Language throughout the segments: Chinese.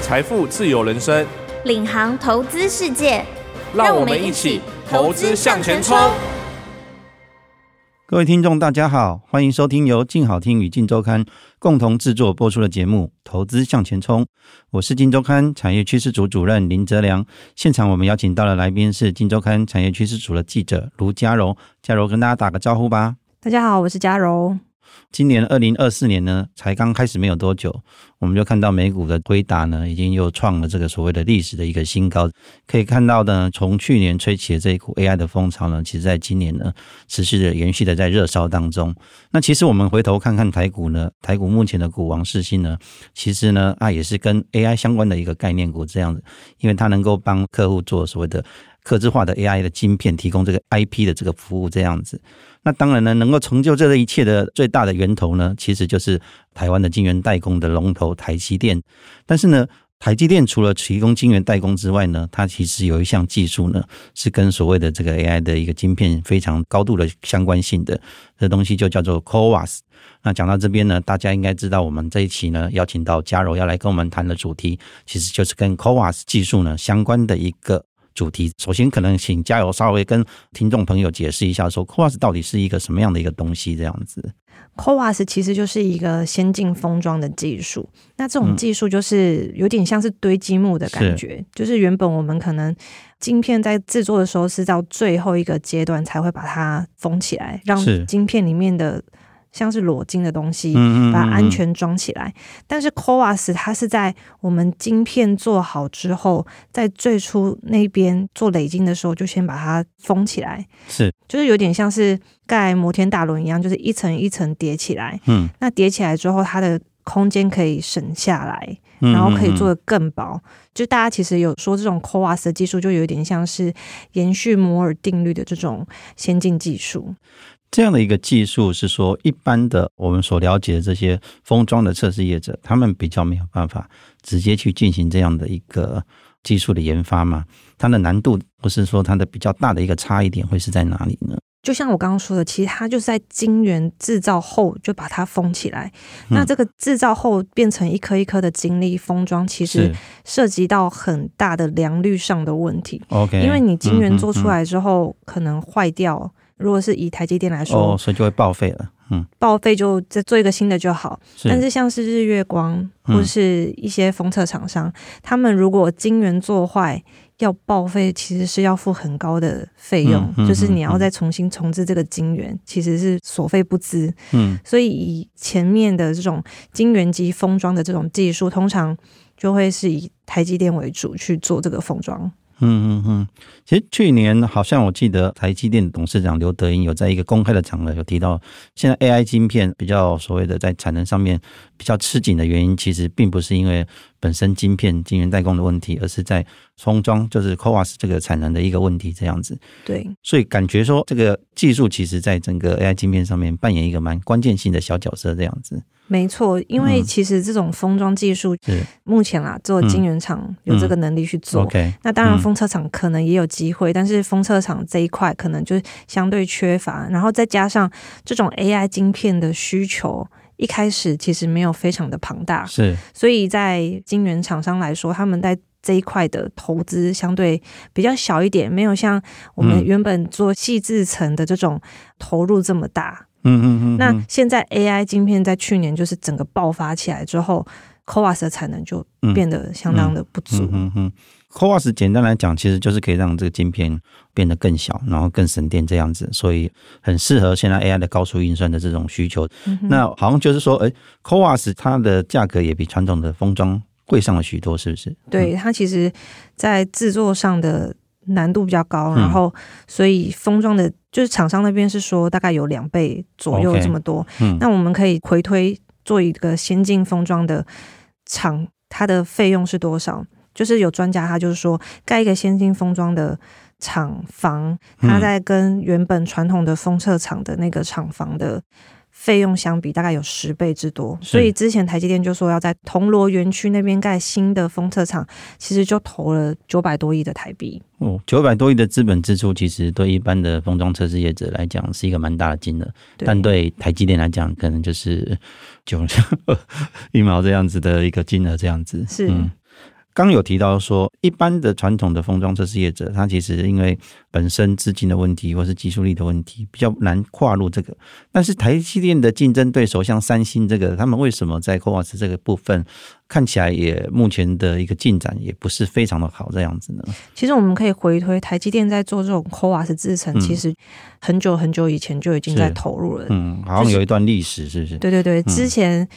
财富自由人生，领航投资世界，让我们一起投资向前冲。各位听众，大家好，欢迎收听由静好听与静周刊共同制作播出的节目《投资向前冲》，我是静周刊产业趋势组主任林哲良。现场我们邀请到的来宾是静周刊产业趋势组的记者卢嘉柔，嘉柔跟大家打个招呼吧。大家好，我是嘉柔。今年二零二四年呢，才刚开始没有多久，我们就看到美股的辉达呢，已经又创了这个所谓的历史的一个新高。可以看到呢，从去年吹起的这一股 AI 的风潮呢，其实在今年呢，持续的延续的在热烧当中。那其实我们回头看看台股呢，台股目前的股王世新呢，其实呢啊也是跟 AI 相关的一个概念股这样子，因为它能够帮客户做所谓的客制化的 AI 的晶片，提供这个 IP 的这个服务这样子。那当然呢，能够成就这一切的最大的源头呢，其实就是台湾的晶圆代工的龙头台积电。但是呢，台积电除了提供晶圆代工之外呢，它其实有一项技术呢，是跟所谓的这个 AI 的一个晶片非常高度的相关性的。这东西就叫做 CoWAS。那讲到这边呢，大家应该知道，我们这一期呢邀请到嘉柔要来跟我们谈的主题，其实就是跟 CoWAS 技术呢相关的一个主题。首先，可能请加油稍微跟听众朋友解释一下说 c o a s 到底是一个什么样的一个东西，这样子。 CoWAS 其实就是一个先进封装的技术，那这种技术就是有点像是堆积木的感觉，就是原本我们可能晶片在制作的时候是到最后一个阶段才会把它封起来，让是晶片里面的像是裸晶的东西嗯把它安全装起来。但是 CoWAS 它是在我们晶片做好之后，在最初那边做累晶的时候，就先把它封起来，是就是有点像是盖摩天大楼一样，就是一层一层叠起来。嗯，那叠起来之后，它的空间可以省下来，嗯然后可以嗯做的更薄。就大家其实有说，这种 CoWAS 的技术就有点像是延续摩尔定律的这种先进技术。这样的一个技术是说，一般的我们所了解的这些封装的测试业者，他们比较没有办法直接去进行这样的一个技术的研发嘛？它的难度不是说它的比较大的一个差异点会是在哪里呢？就像我刚刚说的，其实它就是在晶圆制造后就把它封起来。嗯那这个制造后变成一颗一颗的晶粒封装，其实涉及到很大的良率上的问题。 OK，因为你晶圆嗯做出、来之后可能坏掉，如果是以台积电来嗯嗯哦，说，所以就会报废了。嗯，报废就再做一个新的就好。是但是像是日月光嗯或是一些封测厂商，他们如果晶圆做坏要报废，其实是要付很高的费用，嗯嗯就是你嗯要再重新重置这个晶圆，其实是所费不赀。嗯所以以前面的这种晶圆机封装的这种技术，通常就会是以台积电为主去做这个封装。嗯嗯嗯，其实去年好像我记得台积电董事长刘德英有在一个公开的场合有提到，现在 AI 晶片比较所谓的在产能上面比较吃紧的原因，其实并不是因为本身晶片晶圆代工的问题，而是在封装就是 CoWAS 这个产能的一个问题这样子。对，所以感觉说这个技术其实在整个 AI 晶片上面扮演一个蛮关键性的小角色这样子。没错，因为嗯其实这种封装技术，是目前啦，只有晶圆厂有这个能力去嗯做。OK，那当然，嗯封测厂可能也有机会，但是封测厂这一块可能就是相对缺乏，然后再加上这种 AI 晶片的需求，一开始其实没有非常的庞大，是所以在晶圆厂商来说，他们在这一块的投资相对比较小一点，没有像我们嗯原本做细制层的这种投入这么大。嗯嗯嗯，那嗯现在 AI 晶片在去年就是整个爆发起来之后，CoWAS 的产能就嗯变得相当的不足。嗯嗯，CoWAS 简单来讲，其实就是可以让这个晶片变得更小，然后更省电这样子，所以很适合现在 AI 的高速运算的这种需求。嗯那好像就是说，哎、c o w a s 它的价格也比传统的封装贵上了许多，是不是？对它其实，在制作上的难度比较高，嗯然后所以封装的，就是厂商那边是说大概有两倍左右 OK 这么多。嗯，那我们可以回推做一个先进封装的厂，它的费用是多少？就是有专家他就是说，盖一个先进封装的厂房，嗯它在跟原本传统的封测厂的那个厂房的。费用相比大概有十倍之多，是所以之前台积电就说要在铜锣园区那边盖新的封测厂，其实就投了九百多亿的台币。哦，九百多亿的资本支出，其实对一般的封装测试业者来讲是一个蛮大的金额，对但对台积电来讲，可能 就是九一毛这样子的一个金额，这样子是嗯刚有提到说，一般的传统的封装测试业者，他其实因为本身资金的问题或是技术力的问题，比较难跨入这个。但是台积电的竞争对手像三星这个，他们为什么在 CoWAS 这个部分看起来也目前的一个进展也不是非常的好这样子呢？其实我们可以回推，台积电在做这种 CoWAS 制程，嗯其实很久很久以前就已经在是投入了。嗯，好像有一段历史，是不是？对对对，之前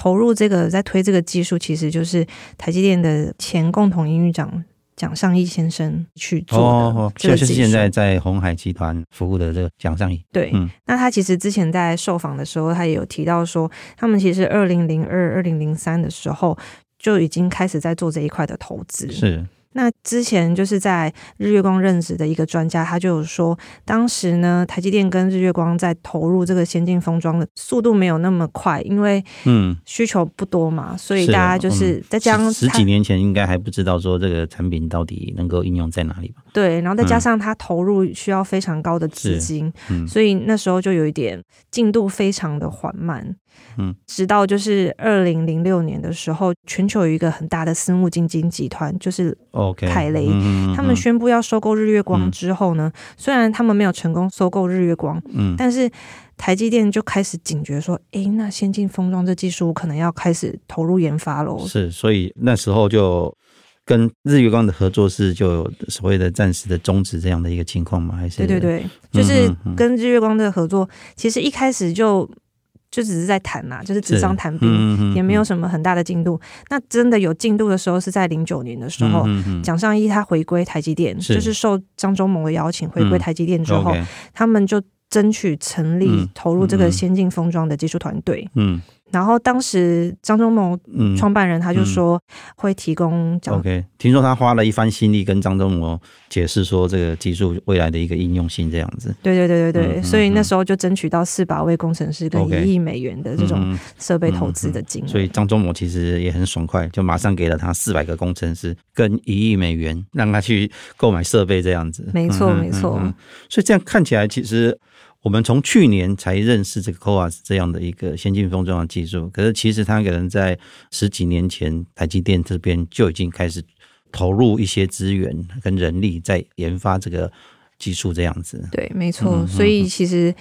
投入这个在推这个技术，其实就是台积电的前共同英语长蒋尚义先生去做的。哦，这这个就技是术现在在红海集团服务的这个奖项仪。对，嗯那他其实之前在受访的时候，他也有提到说，他们其实二零零二、二零零三的时候就已经开始在做这一块的投资。是，那之前就是在日月光任职的一个专家，他就有说，当时呢，台积电跟日月光在投入这个先进封装的速度没有那么快，因为嗯，需求不多嘛，所以是啊嗯大家就是再加上十十他几年前应该还不知道说这个产品到底能够应用在哪里吧？对，然后再加上他投入需要非常高的资金，嗯所以那时候就有一点进度非常的缓慢。嗯，直到就是二零零六年的时候，全球有一个很大的私募基金集团，就是，OK，凯雷嗯嗯嗯他们宣布要收购日月光嗯之后呢，虽然他们没有成功收购日月光，嗯但是台积电就开始警觉说，诶，那先进封装这技术我可能要开始投入研发喽。是，所以那时候就跟日月光的合作是就有所谓的暂时的终止这样的一个情况吗？还是对对对，就是嗯嗯跟日月光的合作，其实一开始就就只是在谈嘛，就是纸上谈兵，嗯也没有什么很大的进度。那真的有进度的时候是在零九年的时候，嗯嗯嗯蒋尚义他回归台积电，是就是受张忠谋的邀请回归嗯台积电之后， OK，他们就。争取成立嗯投入这个嗯嗯先进封装的技术团队，嗯然后当时张忠谋嗯创办人他就说会提供讲 OK，听说他花了一番心力跟张忠谋解释说这个技术未来的一个应用性这样子。对对对对对，嗯嗯所以那嗯时候就争取到四百位工程师跟 OK 一亿美元的这种嗯嗯设备投资的金额。所以张忠谋其实也很爽快，就马上给了他四百个工程师跟一亿美元，让他去购买设备这样子。没错嗯哼没错嗯哼所以这样看起来，其实我们从去年才认识这个 CoWAS 这样的一个先进封装的技术，可是其实它可能在十几年前，台积电这边就已经开始投入一些资源跟人力在研发这个技术这样子。对，没嗯错。所以其实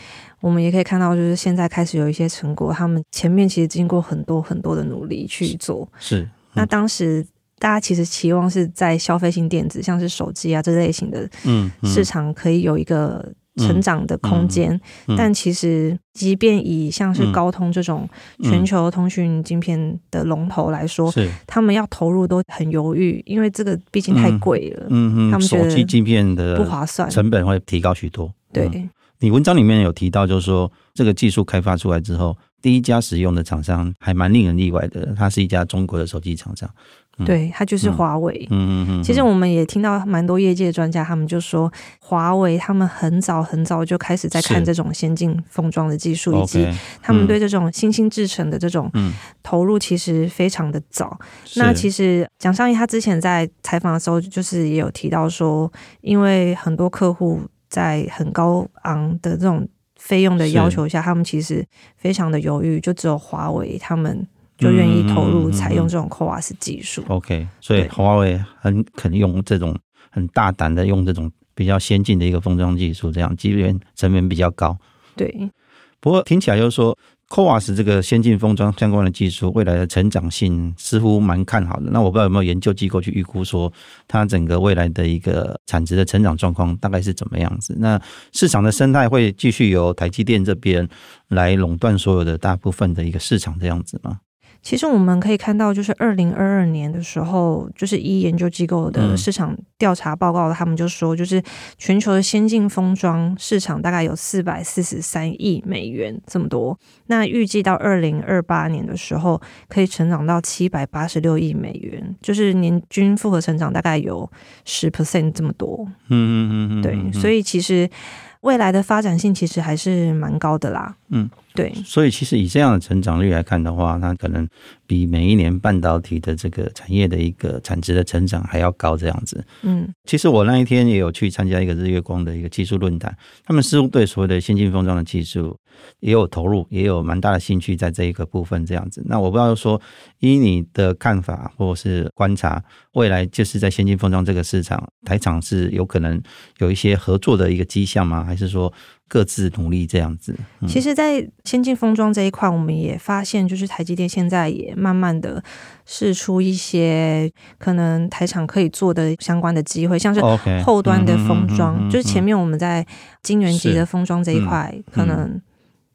我们也可以看到，就是现在开始有一些成果，他们前面其实经过很多很多的努力去做。是，那当时大家其实期望是在消费性电子，像是手机啊这类型的嗯，嗯市场，可以有一个成长的空间。嗯但其实，即便以像是嗯高通这种全球通讯晶片的龙头来说，是，他们要投入都很犹豫，因为这个毕竟太贵了，嗯他嗯，们觉手得机晶片不的划算。成本会提高许多。对。嗯你文章里面有提到，就是说这个技术开发出来之后，第一家使用的厂商还蛮令人意外的，它是一家中国的手机厂商。嗯对，它就是嗯华为。嗯嗯嗯，其实我我们也听到蛮多业界专家，他们就说，华为他们很早很早就开始在看是这种先进封装的技术，以及 OK，他们对这种新兴制程的这种嗯，投入其实非常的早。那其实实蒋尚义他之前在采访的时候，就是也有提到说，因为很多客户在很高昂的这种费用的是要求下，他们其实非常的犹豫，就只有华为他们就愿意投入嗯嗯嗯嗯采用这种 CoWAS 技术。 OK，所以对华为很肯用这种很大胆的用这种比较先进的一个封装技术，这样即便成本比较高，对，不过听起来就是说。CoWAS 这个先进封装相关的技术，未来的成长性似乎蛮看好的。那我不知道有没有研究机构去预估说，它整个未来的一个产值的成长状况大概是怎么样子？那市场的生态会继续由台积电这边来垄断所有的大部分的一个市场这样子吗？其实我们可以看到，就是二零二二年的时候，就是一研究机构的嗯市场调查报告，他们就说，就是全球的先进封装市场大概有四百四十三亿美元这么多。那预计到二零二八年的时候，可以成长到七百八十六亿美元，就是年均复合成长大概有十 percent 这么多。嗯嗯嗯嗯，对，所以以其实未来的发展性其实还是蛮高的啦。嗯，对，所以其实以这样的成长率来看的话，那可能比每一年半导体的这个产业的一个产值的成长还要高这样子。嗯，其实我那一天也有去参加一个日月光的一个技术论坛，他们似乎对所谓的先进封装的技术也有投入，也有蛮大的兴趣在这一个部分这样子。那我不知道说，依你的看法或是观察，未来就是在先进封装这个市场，台厂是有可能有一些合作的一个迹象吗？还是说各自努力这样子？嗯、其实，在先进封装这一块，我们也发现，就是台积电现在也慢慢的试出一些可能台厂可以做的相关的机会，像是 OK，后端的封哦嗯嗯嗯嗯装，嗯就是前面我们在晶圆级是嗯的封装这一块，可能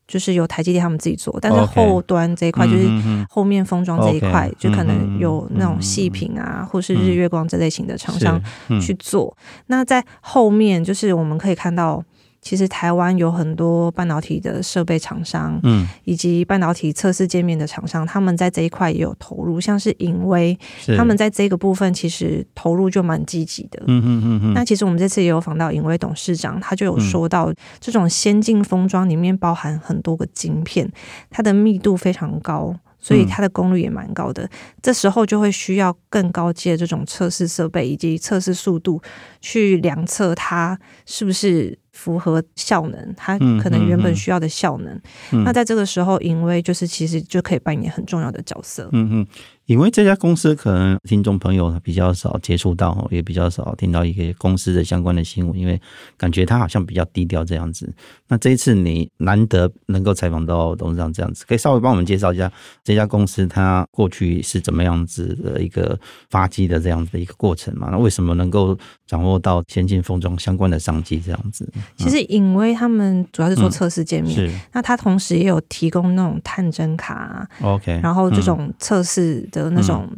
就是由台积电他们自己做，但是 OK 后端这一块就是嗯嗯嗯后面封装这一块 OK，，就可嗯嗯嗯嗯能有那种细品啊，或是日月光这类型的厂商是嗯去做。那在后面，就是我们可以看到，其实台湾有很多半导体的设备厂商，嗯，以及半导体测试界面的厂商，他们在这一块也有投入，像是影威，是他们在这个部分其实投入就蛮积极的。嗯嗯嗯嗯，那其实我们这次也有访到尹威董事长，他就有说到，这种先进封装里面包含很多个晶片，它的密度非常高，所嗯以它的功率也蛮高的。这时候就会需要更高阶的这种测试设备以及测试速度，去量测它是不是符合效能，它嗯可能原嗯本嗯需要的效能。嗯那在这个时候，尹威就是其实就可以扮演很重要的角色。嗯嗯，因为这家公司可能听众朋友比较少接触到哦，也比较少听到一个公司的相关的新闻，因为感觉它好像比较低调这样子。那这一次你难得能够采访到董事长这样子，可以稍微帮我们介绍一下这家公司它过去是怎么样子的一个发迹的这样子的一个过程嘛？那为什么能够掌握到先进封装相关的商机这样子？其实尹威他们主要是做测试界面，嗯是那他同时也有提供那种探针卡啊、 OK，嗯然后这种测试的那种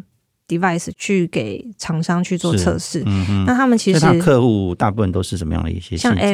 device 去给厂商去做测试。嗯嗯，那他们其那实它客户大部分都是什么样的一些像性质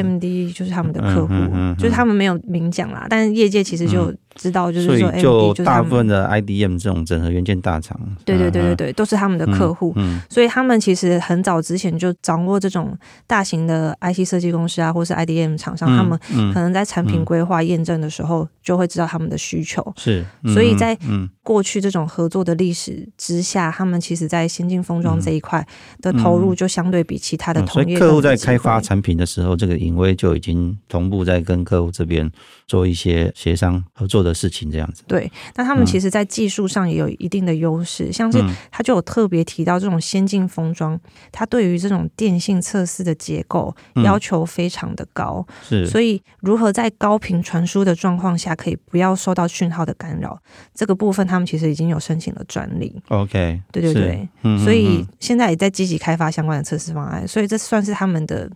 AMD 就是他们的客户，嗯嗯嗯嗯就是他们没有明讲啦，但是业界其实就知道，就是所说以 AMD 就是大他部分们。的 IDM 这种整合元件大厂，对对对对嗯，对，都是他们的客户，嗯所以他们其实很早之前就掌握这种大型的 IC 设计公司啊，或是 IDM 厂商，嗯他们嗯可能在产嗯品规划验证的时候，就会知道他们的需求。是，所以嗯在嗯过去这种合作的历史之下，他们其实在先进封装这一块的投入就相对比其他的嗯所同以业、客户在开发，产品的时候，这个影威就已经同步在跟客户这边做一些协商合作的事情，这样子。对，那他们其实在技术上也有一定的优势，像是嗯他就有特别提到这种先进封装，它对于这种电信测试的结构嗯要求非常的高，是，所以如何在高频传输的状况下可以不要受到讯号的干扰，这个部分他们其实已经有申请了专利。 OK，对对是对，嗯所以嗯现在也在积极开发相关的测试方案，所以这算是他们的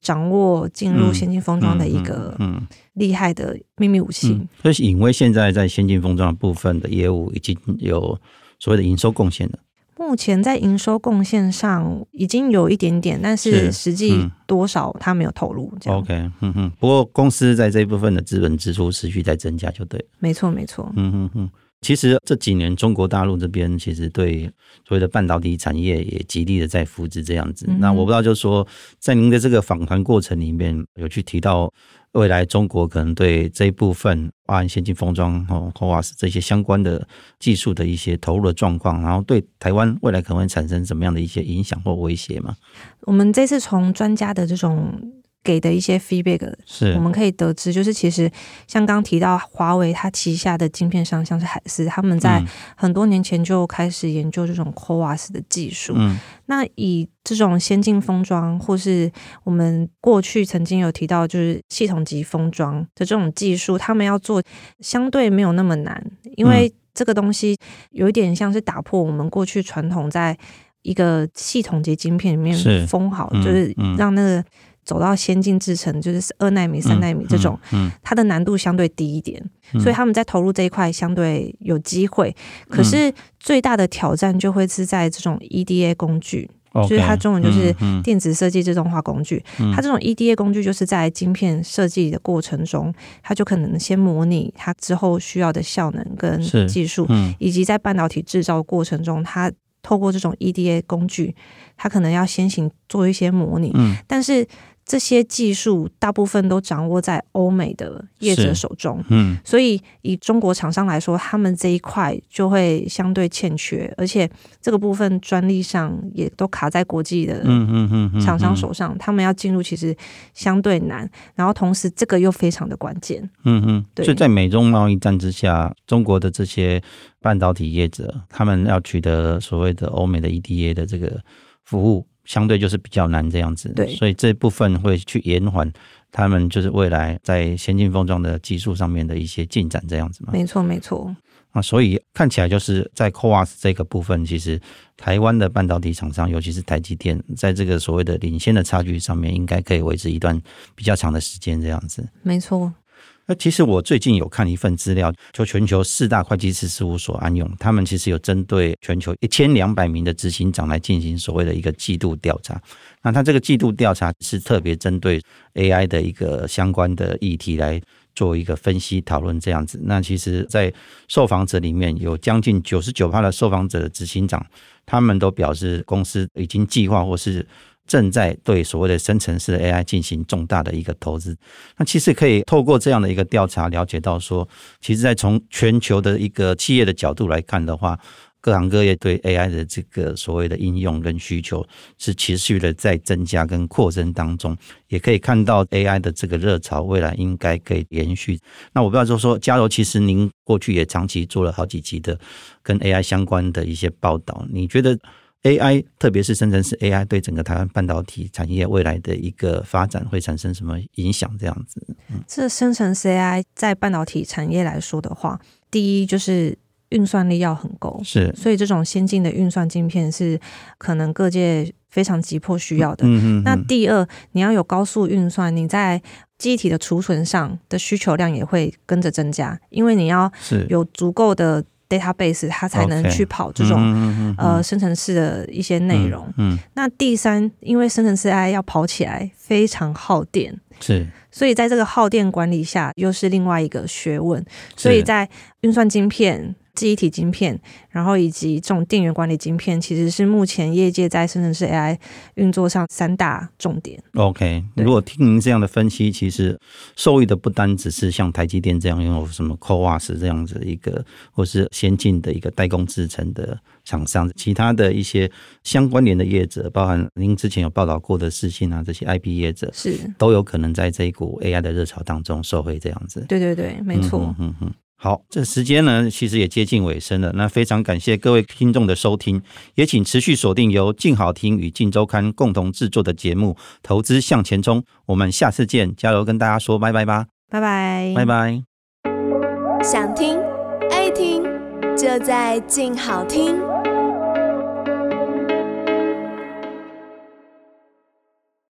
掌握进入先进封装的一个嗯。嗯厉害的秘密武器。嗯，所以影威现在在先进封装的部分的业务已经有所谓的营收贡献了。目前在营收贡献上已经有一点点，但是是实际嗯多少他没有透露。这样 OK，嗯哼，不过公司在这一部分的资本支出持续在增加，就对了。没错没错，嗯嗯嗯，其实这几年中国大陆这边其实对所谓的半导体产业也极力的在扶持这样子。嗯那我不知道，就是说在您的这个访谈过程里面，有去提到未来中国可能对这一部分按先进封装哦、CoWAS 这些相关的技术的一些投入的状况，然后对台湾未来可能会产生什么样的一些影响或威胁嘛？我们这次从专家的这种。给的一些 feedback，是我们可以得知，就是其实像刚提到华为它旗下的晶片商，像是海思，他们在嗯很多年前就开始研究这种 CoWAS 的技术。嗯那以这种先进封装，或是我们过去曾经有提到，就是系统级封装的这种技术，他们要做相对没有那么难，因为嗯这个东西有一点像是打破我们过去传统在一个系统级晶片里是面封好，嗯就是嗯让那个走到先进制程，就是二纳米、三纳米这种。嗯它的难度相对低一点，嗯所以他们在投入这一块相对有机会。可是最大的挑战就会是在这种 EDA 工具， o 就是它中文就是嗯电子设计自动化工具。嗯它这种 EDA 工具就是在晶片设计的过程中，它就可能先模拟它之后需要的效能跟是技术，嗯以及在半导体制造过程中，它 E 透过这种 EDA 工具，它可能要先行做一些模拟。嗯但是这些技术大部分都掌握在欧美的业者手中，嗯，所以以中国厂商来说，他们这一块就会相对欠缺，而且这个部分专利上也都卡在国际的嗯嗯嗯嗯，厂商手上，他们要进入其实相对难，然后同时这个又非常的关键，嗯嗯，对所以在美中贸易战之下，中国的这些半导体业者，他们要取得所谓的欧美的 EDA 的这个服务，相对就是比较难这样子。对所以这部分会去延缓他们就是未来在先进封装的技术上面的一些进展这样子嘛。没错没错，啊，所以看起来就是在 CoWAS 这个部分，其实台湾的半导体厂商，尤其是台积电，在这个所谓的领先的差距上面，应该可以维持一段比较长的时间这样子。没错，那其实我最近有看一份资料，就全球四大会计师事务所安永，他们其实有针对全球一千两百名的执行长来进行所谓的一个季度调查。那他这个季度调查是特别针对 AI 的一个相关的议题来做一个分析讨论这样子。那其实，在受访者里面有将近九十九趴的受访者的执行长，他们都表示公司已经计划或是正在对所谓的生成式的 AI 进行重大的一个投资。那其实可以透过这样的一个调查了解到说，其实，在从全球的一个企业的角度来看的话，各行各业对 AI 的这个所谓的应用跟需求是持续的在增加跟扩增当中，也可以看到 AI 的这个热潮未来应该可以延续。那我不知道就说，嘉柔，其实您过去也长期做了好几集的跟 AI 相关的一些报道，你觉得 AI，特别是生成式 AI 对整个台湾半导体产业未来的一个发展会产生什么影响？这样子，这生成 CI 在半导体产业来说的话，第一就是运算力要很够，是，所以这种先进的运算晶片是可能各界非常急迫需要的。嗯嗯，那嗯第二，你要有高速运算，你在机体的储存上的需求量也会跟着增加，因为你要是有足够的 database，它才能 OK，去跑这种嗯嗯嗯嗯呃生成式的一些内容。嗯，嗯那第三，因为生成式 AI 要跑起来非常耗电，是，所以在这个耗电管理下又是另外一个学问。所以是在运算晶片、记忆体晶片，然后以及这种电源管理晶片，其实是目前业界在生成式 AI 运作上三大重点。 OK，对如果听您这样的分析，其实受益的不单只是像台积电这样拥有什么 CoWAS 这样子一个，或是先进的一个代工制成的厂商，其他的一些相关联的业者，包含您之前有报道过的事情啊，这些 IP 业者是，都有可能在这一股 AI 的热潮当中受惠这样子。对对对，没错。嗯嗯嗯嗯好，这时间呢，其实也接近尾声了。那非常感谢各位听众的收听，也请持续锁定由静好听与静周刊共同制作的节目《投资向前冲》。我们下次见，加油跟大家说拜拜吧，拜拜，拜。拜。想听爱听，就在静好听。